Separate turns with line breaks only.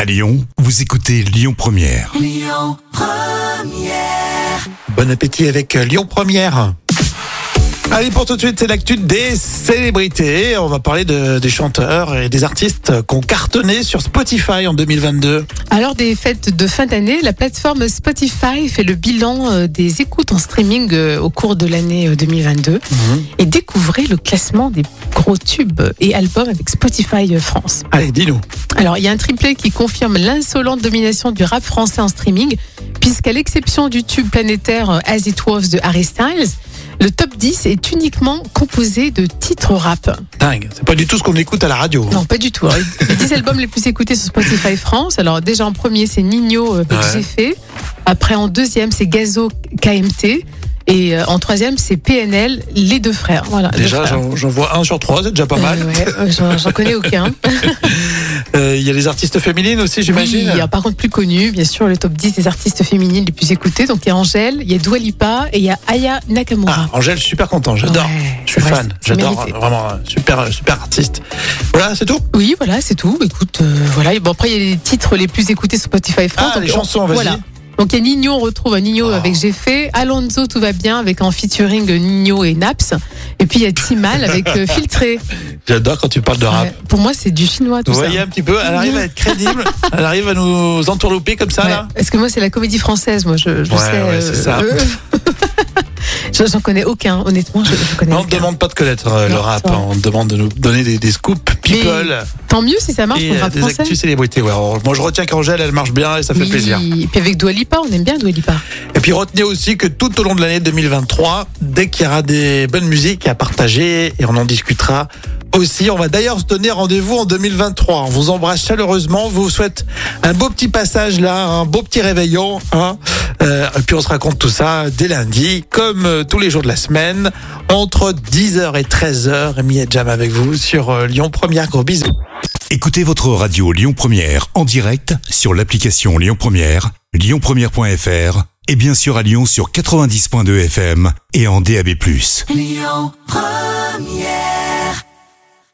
À Lyon, vous écoutez Lyon Première.
Bon appétit avec euh, Lyon Première. Allez, pour tout de suite, c'est l'actu des célébrités. On va parler de- des chanteurs et des artistes qui ont cartonné sur Spotify en 2022.
Alors des fêtes de fin d'année, la plateforme Spotify fait le bilan euh, des écoutes en streaming euh, au cours de l'année euh, 2022 et découvrez le classement des gros tubes et albums avec Spotify euh, France.
Allez, dis-nous.
Alors il y a un triplé qui confirme l'insolente domination du rap français en streaming puisqu'à l'exception du tube planétaire euh, As It Was de Harry Styles, le top 10 est uniquement composé de titres rap.
Dingue. C'est pas du tout ce qu'on écoute à la radio.
Non, pas du tout. Alors, Les 10 albums les plus écoutés sur Spotify France. Alors, déjà en premier, c'est Nino euh, que
Ouais.
j'ai fait. Après, en deuxième, c'est Gazo KMT. Et euh, en troisième, c'est PNL, les deux frères. Voilà, deux
Déjà,
frères.
j'en j'en vois un sur trois, c'est déjà pas mal.
Euh,
Euh,
ouais, euh, j'en j'en connais aucun.
Il y a les artistes féminines aussi,
Oui,
j'imagine.
alors, par contre, plus connu, bien sûr, le top 10 des artistes féminines les plus écoutées. Donc, il y a Angèle, il y a Dua Lipa et il y a Aya
ah,
Nakamura.
Angèle, je suis super content, j'adore.
Ouais,
Je suis
ouais,
fan,
c'est- c'est
j'adore,
mérité.
vraiment, euh, super, euh, super artiste. Voilà, c'est tout.
Oui, voilà, c'est tout. Écoute, euh, voilà. Et Bon, après, il y a les titres les plus écoutés sur Spotify France.
Ah,
Donc,
les chansons, vas-y.
Voilà. Donc il y a Nino, on retrouve un Nino
Oh.
avec J'ai fait, Alonso, tout va bien, avec en featuring euh, Nino et Naps. Et puis il y a Timal avec euh, Filtré.
J'adore quand tu parles de rap.
Ouais, pour moi, c'est du chinois tout
Vous
ça.
voyez un petit peu, elle arrive à être crédible, elle arrive à nous entourlouper comme ça,
Ouais.
là.
Parce que moi, c'est la comédie française, moi, je, je
Ouais,
sais.
ouais, c'est ça.
Je- J'en connais aucun, honnêtement, je, je connais
Mais on ne
aucun.
demande pas de connaître euh,
Non,
le rap,
c'est vrai.
hein. on te demande de nous donner des, des scoops people
Tant mieux si ça marche
et
pour le
euh,
rap
des
français.
actus célébrités. Ouais, alors, moi je retiens qu'Angèle elle marche bien et ça fait
Oui.
plaisir.
Et puis avec Dua Lipa, on aime bien Dua Lipa.
Et puis retenez aussi que tout au long de l'année 2023, dès qu'il y aura des bonnes musiques à partager et on en discutera aussi, on va d'ailleurs se donner rendez-vous en 2023. On vous embrasse chaleureusement, on vous souhaite un beau petit passage là, un beau petit réveillon. Hein Euh, et puis on se raconte tout ça dès lundi, comme euh, tous les jours de la semaine, entre 10h et 13h. Rémi et Jam avec vous sur euh, Lyon Première. Gros bisous.
Écoutez votre radio Lyon Première en direct sur l'application Lyon Première, lyonpremière.fr et bien sûr à Lyon sur 90.2 FM et en DAB+.